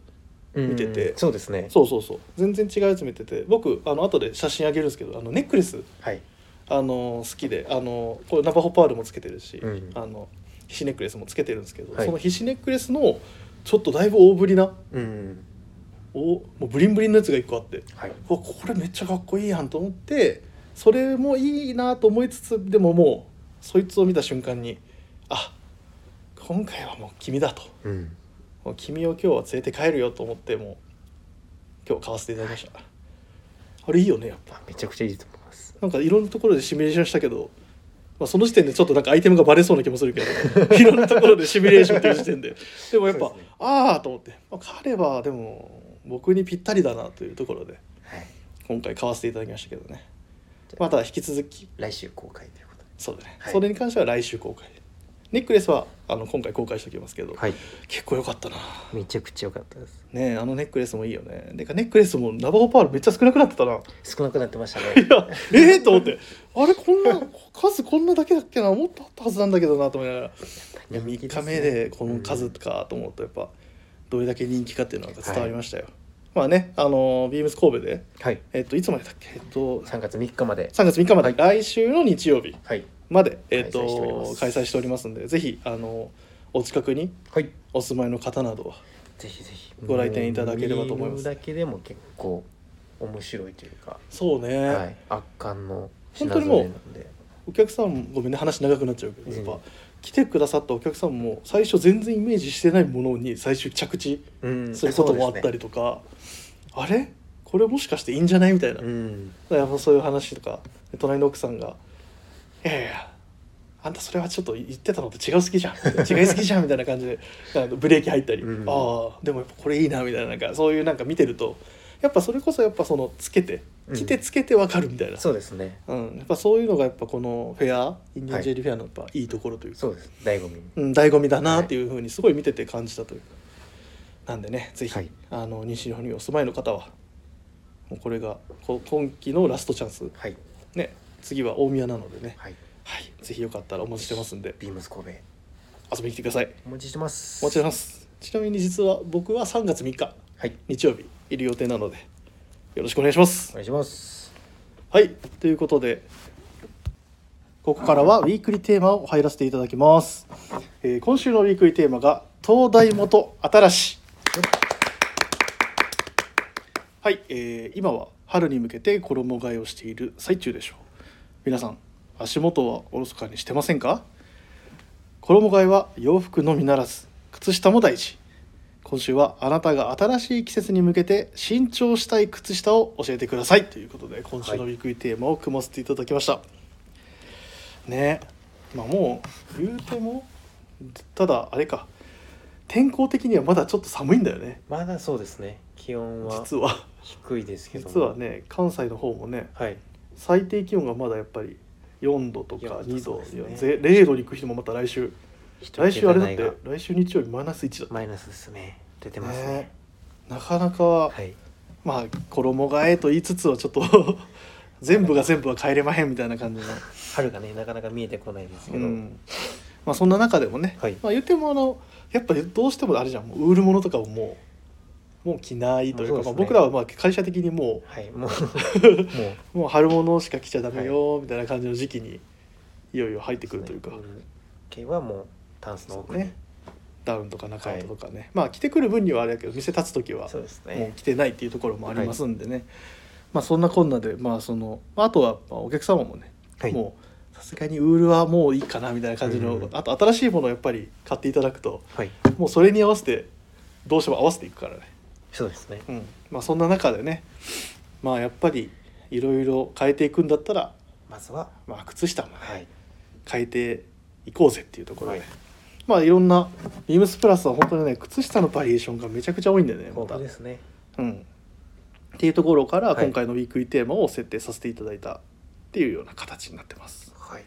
[SPEAKER 2] 見てて
[SPEAKER 1] うんそうですね
[SPEAKER 2] そうそうそう全然違うやつ見てて僕あの後で写真あげるんですけどあのネックレス
[SPEAKER 1] はい
[SPEAKER 2] あの好きであのこれナバホパールもつけてるし、
[SPEAKER 1] うん
[SPEAKER 2] あの皮脂ネックレスもつけてるんですけど、
[SPEAKER 1] はい
[SPEAKER 2] その皮脂ネックレスのちょっとだいぶ大ぶりな
[SPEAKER 1] うん
[SPEAKER 2] おもうブリンブリンのやつが1個あってう
[SPEAKER 1] はい
[SPEAKER 2] わこれめっちゃかっこいいやんと思ってそれもいいなと思いつつでももうそいつを見た瞬間にあ今回はもう君だと
[SPEAKER 1] うん
[SPEAKER 2] もう君を今日は連れて帰るよと思ってもう今日買わせていただきました、あれいいよねやっぱ
[SPEAKER 1] あめちゃくちゃいいと思います
[SPEAKER 2] なんかいろんなところでシミュレーションしたけど、まあ、その時点でちょっとなんかアイテムがバレそうな気もするけ どいろんなところでシミュレーションっていう時点ででもやっぱ、
[SPEAKER 1] そうですね
[SPEAKER 2] ああと思って、まあ、彼はでも僕にぴったりだなというところで
[SPEAKER 1] はい
[SPEAKER 2] 今回買わせていただきましたけどねまた引き続き
[SPEAKER 1] 来週公開ということで
[SPEAKER 2] そうだね、
[SPEAKER 1] はい
[SPEAKER 2] それに関しては来週公開ネックレスはあの今回公開しておきますけど、
[SPEAKER 1] はい
[SPEAKER 2] 結構良かったな
[SPEAKER 1] めちゃくちゃ良かったです
[SPEAKER 2] ねえあのネックレスもいいよねでかネックレスもナバホパールめっちゃ少なくなってたな
[SPEAKER 1] 少なくなってました
[SPEAKER 2] い
[SPEAKER 1] ね
[SPEAKER 2] やえー、と思ってあれこんな数こんなだけだっけなもっとあったはずなんだけどなと思いながら
[SPEAKER 1] 人気
[SPEAKER 2] 3
[SPEAKER 1] すね
[SPEAKER 2] 日目でこの数かと思うとやっぱどれだけ人気かっていうのが伝わりましたよ、まあねあのビームス神戸で
[SPEAKER 1] はい
[SPEAKER 2] えっといつまでだっけえっと3
[SPEAKER 1] 3月3日まで
[SPEAKER 2] 月3日まで、
[SPEAKER 1] はい
[SPEAKER 2] 来週の日曜日
[SPEAKER 1] はい
[SPEAKER 2] まで、えっ
[SPEAKER 1] 開催しておりま
[SPEAKER 2] と
[SPEAKER 1] す
[SPEAKER 2] 開催しておりますんでぜひあのお近くに
[SPEAKER 1] はい
[SPEAKER 2] お住まいの方などは
[SPEAKER 1] ぜひぜひ
[SPEAKER 2] ご来店いただければと思い
[SPEAKER 1] もう
[SPEAKER 2] ます
[SPEAKER 1] 見るだけでも結構面白いというか、
[SPEAKER 2] そうね、
[SPEAKER 1] はい、圧巻の
[SPEAKER 2] 本
[SPEAKER 1] 品
[SPEAKER 2] 当
[SPEAKER 1] 揃
[SPEAKER 2] に
[SPEAKER 1] え
[SPEAKER 2] もう
[SPEAKER 1] なんで
[SPEAKER 2] お客さんもごめんね話長くなっちゃうけどやっぱ、
[SPEAKER 1] うん
[SPEAKER 2] 来てくださったお客さんも最初全然イメージしてないものに最終着地
[SPEAKER 1] うん
[SPEAKER 2] することもあったりとか、あれこれもしかしていいんじゃないみたいな、
[SPEAKER 1] そうですねうん
[SPEAKER 2] だからそういう話とか隣の奥さんが「いやいやあんたそれはちょっと言ってたのと違う好きじゃん違い好きじゃんみたいな感じであのブレーキ入ったり、
[SPEAKER 1] うん
[SPEAKER 2] ああでもやっぱこれいいなみたいななんかそういうなんか見てるとやっぱそれこそやっぱそのつけて
[SPEAKER 1] うん
[SPEAKER 2] 着てつけてわかるみたいな、
[SPEAKER 1] そうですね
[SPEAKER 2] うんやっぱそういうのがやっぱこのフェアインディアンジェリーフェアのやっぱいいところというか、
[SPEAKER 1] そうです醍醐味
[SPEAKER 2] うん、醍醐味だなっていうふうにすごい見てて感じたという、なんでねぜひ、
[SPEAKER 1] はい
[SPEAKER 2] あの西日本にお住まいの方はもうこれがこ今期のラストチャンス
[SPEAKER 1] はい
[SPEAKER 2] ね次は大宮なのでね、
[SPEAKER 1] はい
[SPEAKER 2] はい、ぜひよかったらお持ちしてますんで
[SPEAKER 1] ビームス神戸
[SPEAKER 2] 遊びに来てください
[SPEAKER 1] お待ちしてます
[SPEAKER 2] お待ちしてますちなみに実は僕は3月3日
[SPEAKER 1] はい
[SPEAKER 2] 日曜日いる予定なのでよろしくお願いします
[SPEAKER 1] お願いします
[SPEAKER 2] はいということでここからはウィークリーテーマを入らせていただきます、えー今週のウィークリーテーマが「東大元新し」はい、えー今は春に向けて衣替えをしている最中でしょう皆さん足元はおろそかにしてませんか衣替えは洋服のみならず靴下も大事今週はあなたが新しい季節に向けて新調したい靴下を教えてくださいということで今週のウィークリーテーマを組ませていただきました、ねまあもう言うてもただあれか天候的にはまだちょっと寒いんだよね
[SPEAKER 1] まだそうですね気温は
[SPEAKER 2] 実は
[SPEAKER 1] 低いですけども
[SPEAKER 2] 実はね関西の方もね
[SPEAKER 1] はい
[SPEAKER 2] 最低気温がまだやっぱり4度とか
[SPEAKER 1] 4
[SPEAKER 2] 2
[SPEAKER 1] そう
[SPEAKER 2] 度
[SPEAKER 1] ですね
[SPEAKER 2] ぜ0度に行く人もまた来週来週あれだっ
[SPEAKER 1] 一桁
[SPEAKER 2] て
[SPEAKER 1] 台
[SPEAKER 2] 来週日曜日マイナス1だ
[SPEAKER 1] がマイナスですね出てますね
[SPEAKER 2] ねなかなか
[SPEAKER 1] はい
[SPEAKER 2] まあ衣替えと言いつつはちょっと 全部が全部は帰れまへんみたいな感じの、
[SPEAKER 1] 春がねなかなか見えてこないですけ
[SPEAKER 2] う
[SPEAKER 1] ど、
[SPEAKER 2] んまあ、そんな中でもね、
[SPEAKER 1] はい
[SPEAKER 2] まあ、言ってもあのやっぱどうしてもあれじゃんもうウール物とかをもうもう着ないというか
[SPEAKER 1] そうですね
[SPEAKER 2] まあ、僕らはまあ会社的にも
[SPEAKER 1] はいもうもう
[SPEAKER 2] うもう春物しか着ちゃダメよみたいな感じの時期にいよいよ入ってくるというか。
[SPEAKER 1] 系はもうタンスの
[SPEAKER 2] そう
[SPEAKER 1] 奥に
[SPEAKER 2] ねダウンとか中とかね、まあ着てくる分にはあれだけど店立つ時は
[SPEAKER 1] そうです
[SPEAKER 2] もう
[SPEAKER 1] ね
[SPEAKER 2] 着てないっていうところもありますんでね、まあそんなこんなでまあそのあとはまあお客様もね、
[SPEAKER 1] はい
[SPEAKER 2] もうさすがにウールはもういいかなみたいな感じの、
[SPEAKER 1] うん
[SPEAKER 2] あと新しいものをやっぱり買っていただくと
[SPEAKER 1] はい
[SPEAKER 2] もうそれに合わせてどうしても合わせていくからね、
[SPEAKER 1] そうですね
[SPEAKER 2] うんまあ、そんな中でねまあやっぱりいろいろ変えていくんだったら、
[SPEAKER 1] まずは
[SPEAKER 2] まあ、靴下もね、
[SPEAKER 1] はい
[SPEAKER 2] 変えていこうぜっていうところで、
[SPEAKER 1] はい
[SPEAKER 2] まあいろんなビームスプラスは本当にね靴下のバリエーションがめちゃくちゃ多いんだよねま
[SPEAKER 1] 豊
[SPEAKER 2] た
[SPEAKER 1] 富ですね
[SPEAKER 2] うん、っていうところから
[SPEAKER 1] はい
[SPEAKER 2] 今回のウィークリーテーマを設定させていただいたっていうような形になってます
[SPEAKER 1] はい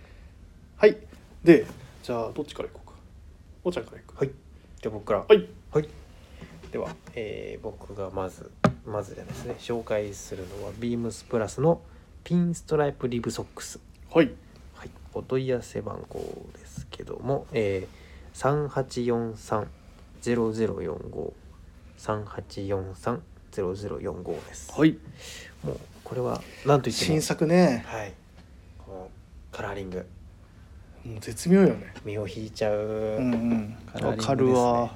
[SPEAKER 2] はいでじゃあどっちからいこうかおちゃんからいく
[SPEAKER 1] はいじゃあ僕から
[SPEAKER 2] はい
[SPEAKER 1] はいでは、えー僕がまずまずじゃないですね紹介するのはビームスプラスのピンストライプリブソックス
[SPEAKER 2] はい
[SPEAKER 1] はい、お問い合わせ番号ですけども、えー、3843-0045 3843-0045です、
[SPEAKER 2] はい
[SPEAKER 1] もうこれは何と言っても
[SPEAKER 2] 新作ね
[SPEAKER 1] はいこのカラーリング
[SPEAKER 2] もう絶妙よね
[SPEAKER 1] 身を引いちゃう、
[SPEAKER 2] うん
[SPEAKER 1] カ
[SPEAKER 2] うん
[SPEAKER 1] ラーリング
[SPEAKER 2] わ
[SPEAKER 1] ですね
[SPEAKER 2] かるわ、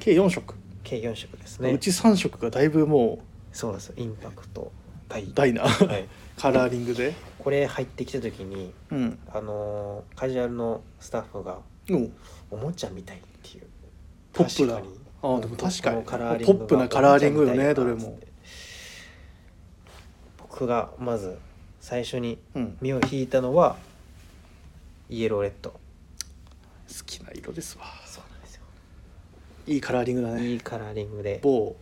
[SPEAKER 2] 計4色、
[SPEAKER 1] 計4色ですね
[SPEAKER 2] うち3色がだいぶも
[SPEAKER 1] そうなんですよインパクト大
[SPEAKER 2] う大な
[SPEAKER 1] はい、
[SPEAKER 2] カラーリングで
[SPEAKER 1] これ入ってきた時に
[SPEAKER 2] うん
[SPEAKER 1] あのーカジュアルのスタッフが
[SPEAKER 2] もう
[SPEAKER 1] おもちゃみたいっていう
[SPEAKER 2] ポップだ
[SPEAKER 1] 確かに
[SPEAKER 2] ああでも確か
[SPEAKER 1] この
[SPEAKER 2] に
[SPEAKER 1] カラーリン
[SPEAKER 2] ポ
[SPEAKER 1] グが
[SPEAKER 2] ップなカラーリングよねどれも
[SPEAKER 1] 僕がまず最初に
[SPEAKER 2] うん好
[SPEAKER 1] 目を引いたのはイエローレッド
[SPEAKER 2] きな色ですわ
[SPEAKER 1] そうなんですよ
[SPEAKER 2] いいカラーリングだね
[SPEAKER 1] いいカラーリングで
[SPEAKER 2] 某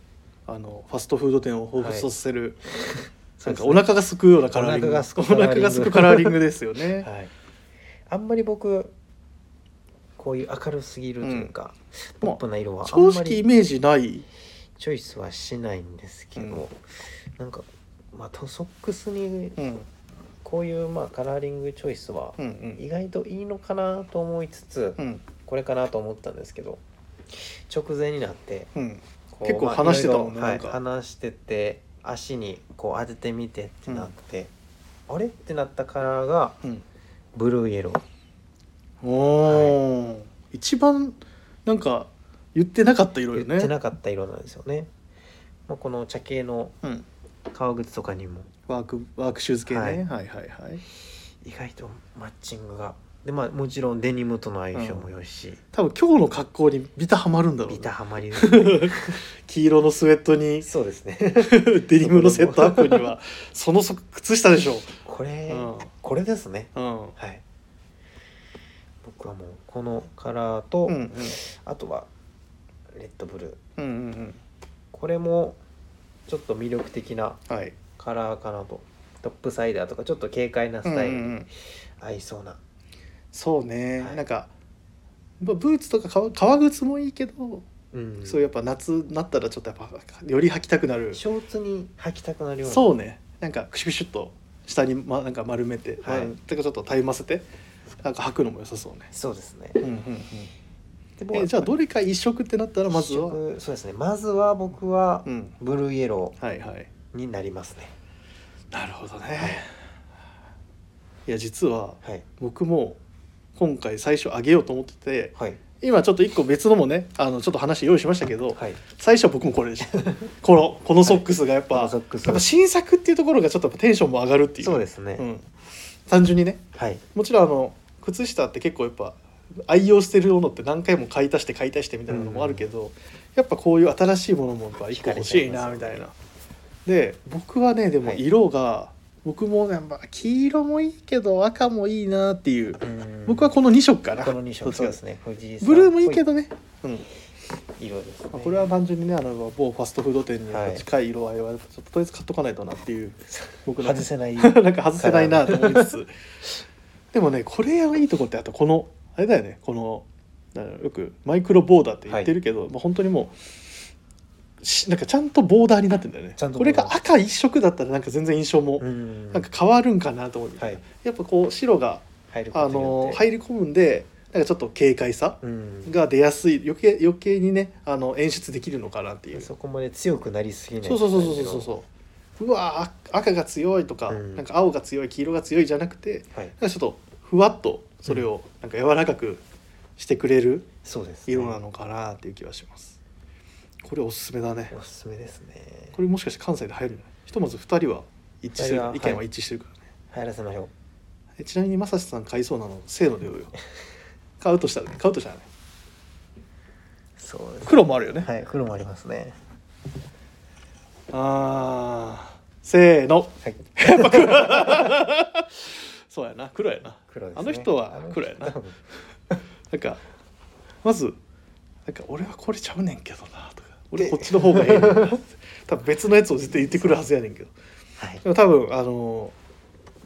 [SPEAKER 2] あのファストフード店を彷彿とさせる、
[SPEAKER 1] そうで
[SPEAKER 2] なん
[SPEAKER 1] す
[SPEAKER 2] か
[SPEAKER 1] ね
[SPEAKER 2] お腹がすくうようなカラーリング
[SPEAKER 1] お腹がすく
[SPEAKER 2] お腹がすくカラーリングですよね、
[SPEAKER 1] はいあんまり僕こういう明るすぎるというか、ポップな色はあん
[SPEAKER 2] 正
[SPEAKER 1] ま
[SPEAKER 2] 直イ
[SPEAKER 1] り
[SPEAKER 2] メージない
[SPEAKER 1] チョイスはしないんですけど、
[SPEAKER 2] うん
[SPEAKER 1] なんかまあトソックスに
[SPEAKER 2] うん
[SPEAKER 1] こういうまあカラーリングチョイスは
[SPEAKER 2] うんう
[SPEAKER 1] 意
[SPEAKER 2] ん
[SPEAKER 1] 外といいのかなと思いつつ、
[SPEAKER 2] うん
[SPEAKER 1] これかなと思ったんですけど直前になって
[SPEAKER 2] うん
[SPEAKER 1] こう
[SPEAKER 2] 結構
[SPEAKER 1] まあ
[SPEAKER 2] 話してたもんね
[SPEAKER 1] いろいろはい
[SPEAKER 2] なんか
[SPEAKER 1] 話してて足にこう当ててみてってなって、あれってなったカラーが
[SPEAKER 2] うん
[SPEAKER 1] ブルーイエロー
[SPEAKER 2] おー、一番なんか言ってなかった色よね
[SPEAKER 1] 言ってなかった色なんですよね、まあ、この茶系の
[SPEAKER 2] うん、
[SPEAKER 1] 革靴とかにも
[SPEAKER 2] ワークワークシューズ系ね、は
[SPEAKER 1] はいい、
[SPEAKER 2] はいはいはい
[SPEAKER 1] 意外とマッチングがでまあもちろんデニムとの相性も良いし、
[SPEAKER 2] 多分今日の格好にビタハマるんだろう
[SPEAKER 1] ビ
[SPEAKER 2] ね
[SPEAKER 1] タハマり
[SPEAKER 2] 黄色のスウェットに
[SPEAKER 1] そうですね
[SPEAKER 2] デニムのセットアップにはそのそ靴下でしょ、
[SPEAKER 1] これ、
[SPEAKER 2] うん
[SPEAKER 1] これですね
[SPEAKER 2] うん、
[SPEAKER 1] はい僕はもうこのカラーと、
[SPEAKER 2] うんうん
[SPEAKER 1] あとはレッドブルー
[SPEAKER 2] うんうん
[SPEAKER 1] これもちょっと魅力的な
[SPEAKER 2] うんはい
[SPEAKER 1] カラーかなとトップサイダーとかちょっと軽快なスタイル
[SPEAKER 2] うんうんう
[SPEAKER 1] に
[SPEAKER 2] ん
[SPEAKER 1] 合いそうな、
[SPEAKER 2] そうね、
[SPEAKER 1] はい
[SPEAKER 2] なんかまあブーツとか革革靴もいいけど、
[SPEAKER 1] うん
[SPEAKER 2] そうやっぱ夏になったらちょっとやっぱより履きたくなる
[SPEAKER 1] ショーツに履きたくなるような
[SPEAKER 2] そうねなんかクシュクシュっと下に、ま、なんか丸めて、
[SPEAKER 1] はい
[SPEAKER 2] まあてかちょっとたゆませてなんか履くのも良さそうね、
[SPEAKER 1] そうですね
[SPEAKER 2] うんうんうん、
[SPEAKER 1] で
[SPEAKER 2] えじゃあどれか一色ってなったらまずは、
[SPEAKER 1] 一色そうですねまずは僕は
[SPEAKER 2] うん、
[SPEAKER 1] ブルーイエロ
[SPEAKER 2] はいはい
[SPEAKER 1] ーになりますね、
[SPEAKER 2] なるほどねいや実は
[SPEAKER 1] はい
[SPEAKER 2] 僕も今回最初あげようと思ってて
[SPEAKER 1] はい
[SPEAKER 2] 今ちょっと一個別のもねあのちょっと話用意しましたけど、
[SPEAKER 1] はい
[SPEAKER 2] 最初は僕もこれでした このこのソックスがやっぱ、
[SPEAKER 1] はいこのソックス
[SPEAKER 2] やっぱ新作っていうところがちょっとやっぱテンションも上がるっていう
[SPEAKER 1] そうですね、
[SPEAKER 2] うん、単純にね
[SPEAKER 1] はい
[SPEAKER 2] もちろんあの靴下って結構やっぱ愛用してるものって何回も買い足して買い足してみたいなのもあるけど、やっぱこういう新しいものもやっぱ一個欲しいなみたいな。で僕はねでも
[SPEAKER 1] はい
[SPEAKER 2] 色が、僕もね、まあ、黄色もいいけど赤もいいなっていう、
[SPEAKER 1] うん
[SPEAKER 2] 僕はこの2色かな
[SPEAKER 1] この2色
[SPEAKER 2] ど
[SPEAKER 1] そうで
[SPEAKER 2] っち
[SPEAKER 1] す
[SPEAKER 2] か
[SPEAKER 1] ね藤井さん
[SPEAKER 2] ブルーもいいけどね、うん
[SPEAKER 1] 色ですね
[SPEAKER 2] まあこれは単純にねあの某ファストフード店に
[SPEAKER 1] はい
[SPEAKER 2] 近い色合いはちょっととりあえず買っとかないとなっていう僕の
[SPEAKER 1] 外せない
[SPEAKER 2] なんか外せないなと思いつつでもねこれはいいとこってあとこのあれだよねこのなんだろうよくマイクロボーダーって言ってるけど、まあ、本当にもうしなんかちゃんとボーダーになってんだよね
[SPEAKER 1] ちゃんと
[SPEAKER 2] こ
[SPEAKER 1] ボー
[SPEAKER 2] れ
[SPEAKER 1] ダー
[SPEAKER 2] が赤一色だったらなんか全然印象も
[SPEAKER 1] うん
[SPEAKER 2] なんか変わるんかなと思う、
[SPEAKER 1] はい
[SPEAKER 2] やっぱこう白が、
[SPEAKER 1] 入ること
[SPEAKER 2] あ
[SPEAKER 1] によ
[SPEAKER 2] の
[SPEAKER 1] って
[SPEAKER 2] 入り込むんでなんかちょっと軽快さ
[SPEAKER 1] うん
[SPEAKER 2] が出やすい余計余計にねあの演出できるのかなっていう
[SPEAKER 1] そこまで強くなりすぎない
[SPEAKER 2] そうそうそうそうそうそううわあ赤が強いとか,、
[SPEAKER 1] うん
[SPEAKER 2] なんか青が強い黄色が強いじゃなくて
[SPEAKER 1] はい
[SPEAKER 2] なんかちょっとふわっとそれをなんか柔らかくしてくれる
[SPEAKER 1] そうですね
[SPEAKER 2] 色なのかなっていう気はします、これおすすめだね
[SPEAKER 1] おすすめですね
[SPEAKER 2] これもしかして関西で入るんじゃないひとまず2人は一致して
[SPEAKER 1] 二
[SPEAKER 2] る
[SPEAKER 1] 人は
[SPEAKER 2] 意見は一致してるからね、
[SPEAKER 1] 流行らせましょう
[SPEAKER 2] えちなみに正志さん買いそうなのせーのでようよ買うとしたらね買うとしたらね
[SPEAKER 1] そうです
[SPEAKER 2] 黒もあるよね、
[SPEAKER 1] はい黒もありますね
[SPEAKER 2] あーせーの
[SPEAKER 1] はい
[SPEAKER 2] そうやな黒やな
[SPEAKER 1] 黒ですね
[SPEAKER 2] あの人は黒や な
[SPEAKER 1] あの人多分
[SPEAKER 2] なんかまずなんか俺はこれちゃうねんけどなとか俺こっちの方がええねんなって 多分別のやつを絶対言ってくるはずやねんけど
[SPEAKER 1] はい
[SPEAKER 2] でも多分あの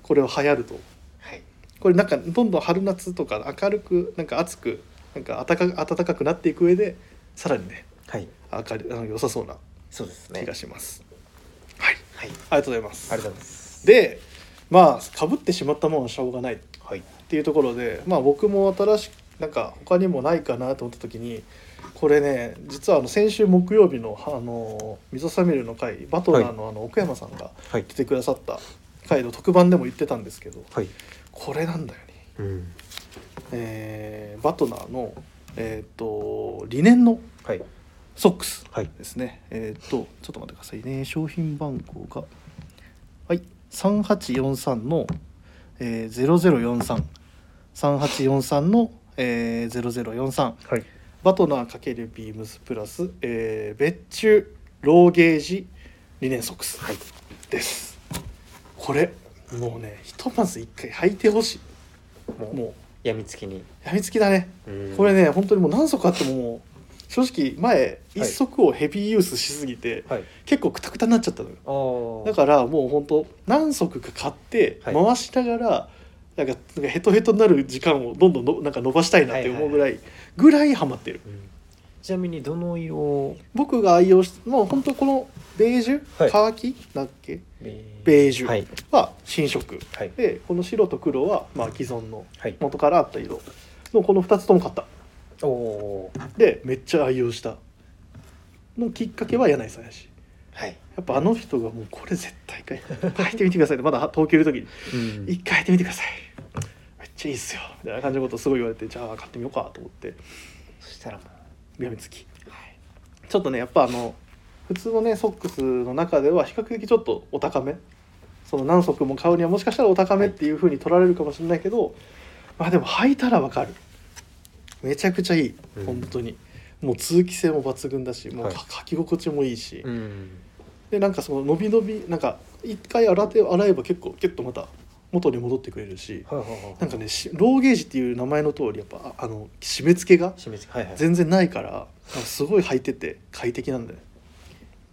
[SPEAKER 2] ーこれは流行ると
[SPEAKER 1] はい
[SPEAKER 2] これなんかどんどん春夏とか明るくなんか暑くなんか暖か暖かくなっていく上でさらにね
[SPEAKER 1] はい
[SPEAKER 2] 明るいあの良さそうな
[SPEAKER 1] そうですね
[SPEAKER 2] 気がします、はい
[SPEAKER 1] はい
[SPEAKER 2] ありがとうございます
[SPEAKER 1] ありがとうございます
[SPEAKER 2] でまあかぶってしまったものはしょうがない
[SPEAKER 1] はい
[SPEAKER 2] っていうところでまあ僕も新しくなんか他にもないかなと思った時にこれね実はあの先週木曜日の「あの溝サミル」の回バトラーのあの奥山さんが
[SPEAKER 1] はい
[SPEAKER 2] 出てくださった回の特番でも言ってたんですけど
[SPEAKER 1] はい
[SPEAKER 2] これなんだよね、
[SPEAKER 1] うん
[SPEAKER 2] えーバトナーの、えー、とリネンの
[SPEAKER 1] はい
[SPEAKER 2] ソックス
[SPEAKER 1] はい
[SPEAKER 2] ですねえっ、とちょっと待ってくださいね商品番号がはい3843の、えー、00433843の、えー、0043
[SPEAKER 1] はい
[SPEAKER 2] バトナー×ビームスプラス、えー、別注ローゲージリネンソックス
[SPEAKER 1] はい
[SPEAKER 2] です、これもうねひとまず一回履いてほし
[SPEAKER 1] も
[SPEAKER 2] いうもう
[SPEAKER 1] やみつきに
[SPEAKER 2] やみつきだね
[SPEAKER 1] うん
[SPEAKER 2] これね本当にもう何足あってももう正直前
[SPEAKER 1] い
[SPEAKER 2] 一足をヘビーユースしすぎて、
[SPEAKER 1] はい
[SPEAKER 2] 結構クタクタになっちゃったのよ
[SPEAKER 1] あー
[SPEAKER 2] だからもう本当何足か買って
[SPEAKER 1] はい
[SPEAKER 2] 回しながら、なんかなんかヘトヘトになる時間をどんどんのなんか伸ばしたいなって思うぐらい、ぐらいハマってる
[SPEAKER 1] うんちなみにどの色を
[SPEAKER 2] 僕が愛用しもう本当このベージュ、
[SPEAKER 1] はい
[SPEAKER 2] カーキだっけ
[SPEAKER 1] ベ
[SPEAKER 2] ベージュ
[SPEAKER 1] はい
[SPEAKER 2] は新色
[SPEAKER 1] はい
[SPEAKER 2] でこの白と黒はまあ既存の
[SPEAKER 1] はい
[SPEAKER 2] 元からあった色のこの2つとも買った
[SPEAKER 1] おおー
[SPEAKER 2] でめっちゃ愛用したのきっかけは柳井さんやし
[SPEAKER 1] はい
[SPEAKER 2] やっぱあの人がもうこれ絶対買い履いてみてくださいってまだ東京いる時に
[SPEAKER 1] うん
[SPEAKER 2] 一回やってみてくださいめっちゃいいっすよみたいな感じのことをすごい言われてじゃあ買ってみようかと思って
[SPEAKER 1] そしたらも
[SPEAKER 2] やみつき
[SPEAKER 1] うはい
[SPEAKER 2] ちょっとねやっぱあの普通のねソックスの中では比較的ちょっとお高めその何足も買うにはもしかしたらお高めっていう風に取られるかもしれないけどまあでも履いたらわかるめちゃくちゃいい
[SPEAKER 1] うん
[SPEAKER 2] 本当に、もう通気性も抜群だしもう
[SPEAKER 1] はい
[SPEAKER 2] か履き心地もいいし、
[SPEAKER 1] うん
[SPEAKER 2] でなんかその伸び伸びなんか一回洗って洗えば結構キュッとまた元に戻ってくれるし
[SPEAKER 1] はいはいはい
[SPEAKER 2] なんかねしローゲージっていう名前の通りやっぱああの締め付けが
[SPEAKER 1] 締め付けはいはい
[SPEAKER 2] 全然ないからなんかすごい履いてて快適なんだよ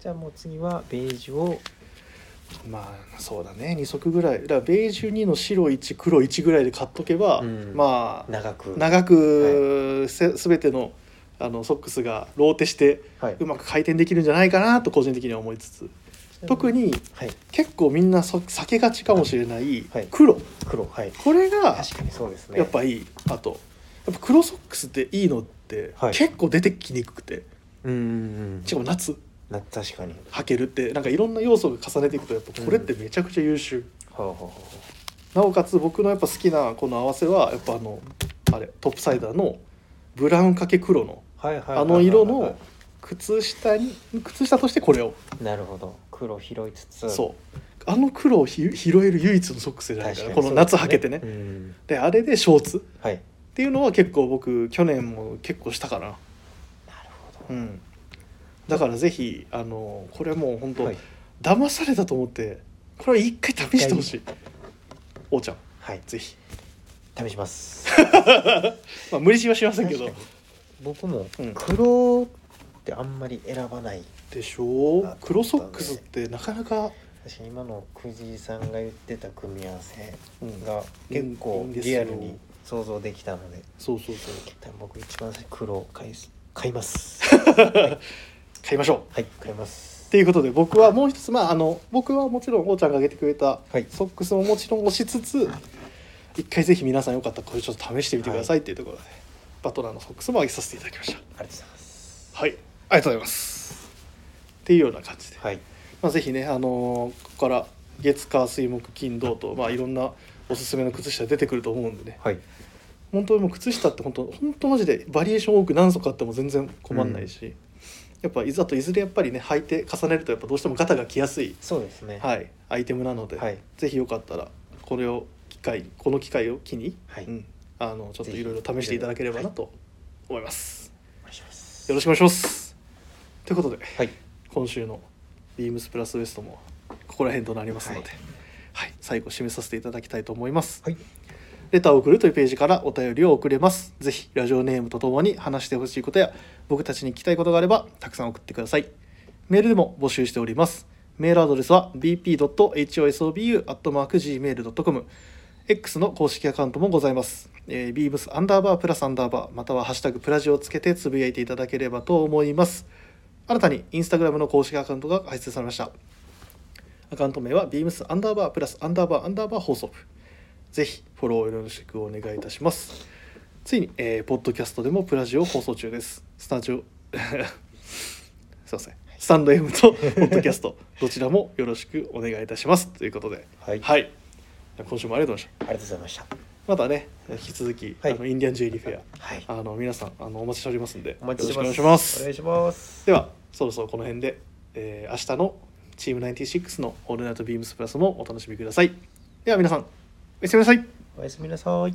[SPEAKER 1] じゃあもう次はベージュを
[SPEAKER 2] まあそうだね2足ぐらいだからベージュ2の白1黒1ぐらいで買っとけば、
[SPEAKER 1] うん
[SPEAKER 2] まあ
[SPEAKER 1] 長く
[SPEAKER 2] 長くせ全てのあのソックスがローテして
[SPEAKER 1] はい、
[SPEAKER 2] うまく回転できるんじゃないかなと個人的には思いつつ特に
[SPEAKER 1] はい
[SPEAKER 2] 結構みんなそ避けがちかもしれない
[SPEAKER 1] はい
[SPEAKER 2] 黒、
[SPEAKER 1] 黒はい
[SPEAKER 2] これが
[SPEAKER 1] 確かにそうですね
[SPEAKER 2] やっぱいい、あとやっぱ黒ソックスっていいのって
[SPEAKER 1] はい
[SPEAKER 2] 結構出てきにくくて、
[SPEAKER 1] うんうんうん
[SPEAKER 2] しかも夏
[SPEAKER 1] な確かに
[SPEAKER 2] 履けるってなんかいろんな要素が重ねていくとやっぱこれってめちゃくちゃ優秀、
[SPEAKER 1] はあ、はあは
[SPEAKER 2] なおかつ僕のやっぱ好きなこの合わせはやっぱあのあれトップサイダーのブラウンかけ黒の
[SPEAKER 1] あ、はいはいはいはいはい
[SPEAKER 2] あの色の靴下に靴下としてこれを
[SPEAKER 1] なるほど黒を拾いつつ
[SPEAKER 2] そうあの黒をひ拾える唯一のソックスじゃないかな
[SPEAKER 1] 確かに
[SPEAKER 2] この夏履けてね
[SPEAKER 1] そうですうん
[SPEAKER 2] であれでショーツっ
[SPEAKER 1] はい
[SPEAKER 2] ていうのは結構僕去年も結構したかな
[SPEAKER 1] なるほ
[SPEAKER 2] うんだからぜひあのこれもう本当、
[SPEAKER 1] どはい、
[SPEAKER 2] 騙されたと思ってこれは一回試してほしいおうちゃん
[SPEAKER 1] はい、
[SPEAKER 2] ぜひ、
[SPEAKER 1] 試します
[SPEAKER 2] まあ、無理しはしませんけど
[SPEAKER 1] 確かに僕も
[SPEAKER 2] うん
[SPEAKER 1] 黒ってあんまり選ばない
[SPEAKER 2] でしょう
[SPEAKER 1] あ
[SPEAKER 2] 黒ソックスってなかなか、
[SPEAKER 1] 私今のくじさんが言ってた組み合わせ
[SPEAKER 2] うん
[SPEAKER 1] が結構
[SPEAKER 2] うん
[SPEAKER 1] リアル
[SPEAKER 2] いいん
[SPEAKER 1] に
[SPEAKER 2] で
[SPEAKER 1] 想像できたので
[SPEAKER 2] そうそうそう
[SPEAKER 1] 多分僕一番最初黒を買いす買います
[SPEAKER 2] 買いましょうっ
[SPEAKER 1] はい買います
[SPEAKER 2] ていうことで僕はもう一つまああの僕はもちろんおうちゃんが挙げてくれた
[SPEAKER 1] はい
[SPEAKER 2] ソックスももちろん押しつつ一回ぜひ皆さんよかったらこれちょっと試してみてくださいっていうところで、バトラーのソックスも上げさせていただきました
[SPEAKER 1] ありがとうございます
[SPEAKER 2] はいありがとうございますっていうような感じで
[SPEAKER 1] はい
[SPEAKER 2] まあ、ぜひね、あのーここから月火水木金土と、まあ、いろんなおすすめの靴下出てくると思うんでね
[SPEAKER 1] はい
[SPEAKER 2] 本当にもう靴下って本当本当マジでバリエーション多く何足あっても全然困んないし、やっぱいざといずれやっぱりね履いて重ねるとやっぱどうしても肩が来やすい、
[SPEAKER 1] そうですね
[SPEAKER 2] はい、アイテムなので、
[SPEAKER 1] はい
[SPEAKER 2] ぜひよかったらこれを機会この機会を機に、
[SPEAKER 1] はい
[SPEAKER 2] うん、あのちょっといろいろ試していただければなと思います。
[SPEAKER 1] お願いします
[SPEAKER 2] よろしくお願いしますということで。
[SPEAKER 1] はい
[SPEAKER 2] 今週のビームスプラスウエストもここら辺となりますので、
[SPEAKER 1] は
[SPEAKER 2] はいい最後締めさせていただきたいと思います、
[SPEAKER 1] はい
[SPEAKER 2] レターを送るというページからお便りを送れますぜひラジオネームとともに話してほしいことや僕たちに聞きたいことがあればたくさん送ってくださいメールでも募集しておりますメールアドレスは bp.hosobu.gmail.com X の公式アカウントもございます。えー、beams アンダーバープラスアンダーバーまたはハッシュタグプラジをつけてつぶやいていただければと思います。新たにインスタグラムの公式アカウントが開設されました。アカウント名は beams アンダーバープラスアンダーバーアンダーバー放送部。ぜひフォローをよろしくお願いいたします。ついに、えーポッドキャストでもプラジオを放送中です。スタジオ すいません。スタンド M とポッドキャストどちらもよろしくお願いいたしますということで、
[SPEAKER 1] はいあり
[SPEAKER 2] はい。今週もありがとうございました。
[SPEAKER 1] がとうございました
[SPEAKER 2] またね引き続き、
[SPEAKER 1] はい
[SPEAKER 2] あのインディアンジュエリーフェ
[SPEAKER 1] はい
[SPEAKER 2] アあの皆さんあのお待ちしておりますんで
[SPEAKER 1] お待ちして
[SPEAKER 2] よ
[SPEAKER 1] ま
[SPEAKER 2] ろ
[SPEAKER 1] す
[SPEAKER 2] しくお願いします
[SPEAKER 1] お願いします
[SPEAKER 2] ではそろそろこの辺で、えー明日のチーム96の「オールナイトビームスプラス」もお楽しみくださいでは皆さんおやすみなさい
[SPEAKER 1] おやすみなさい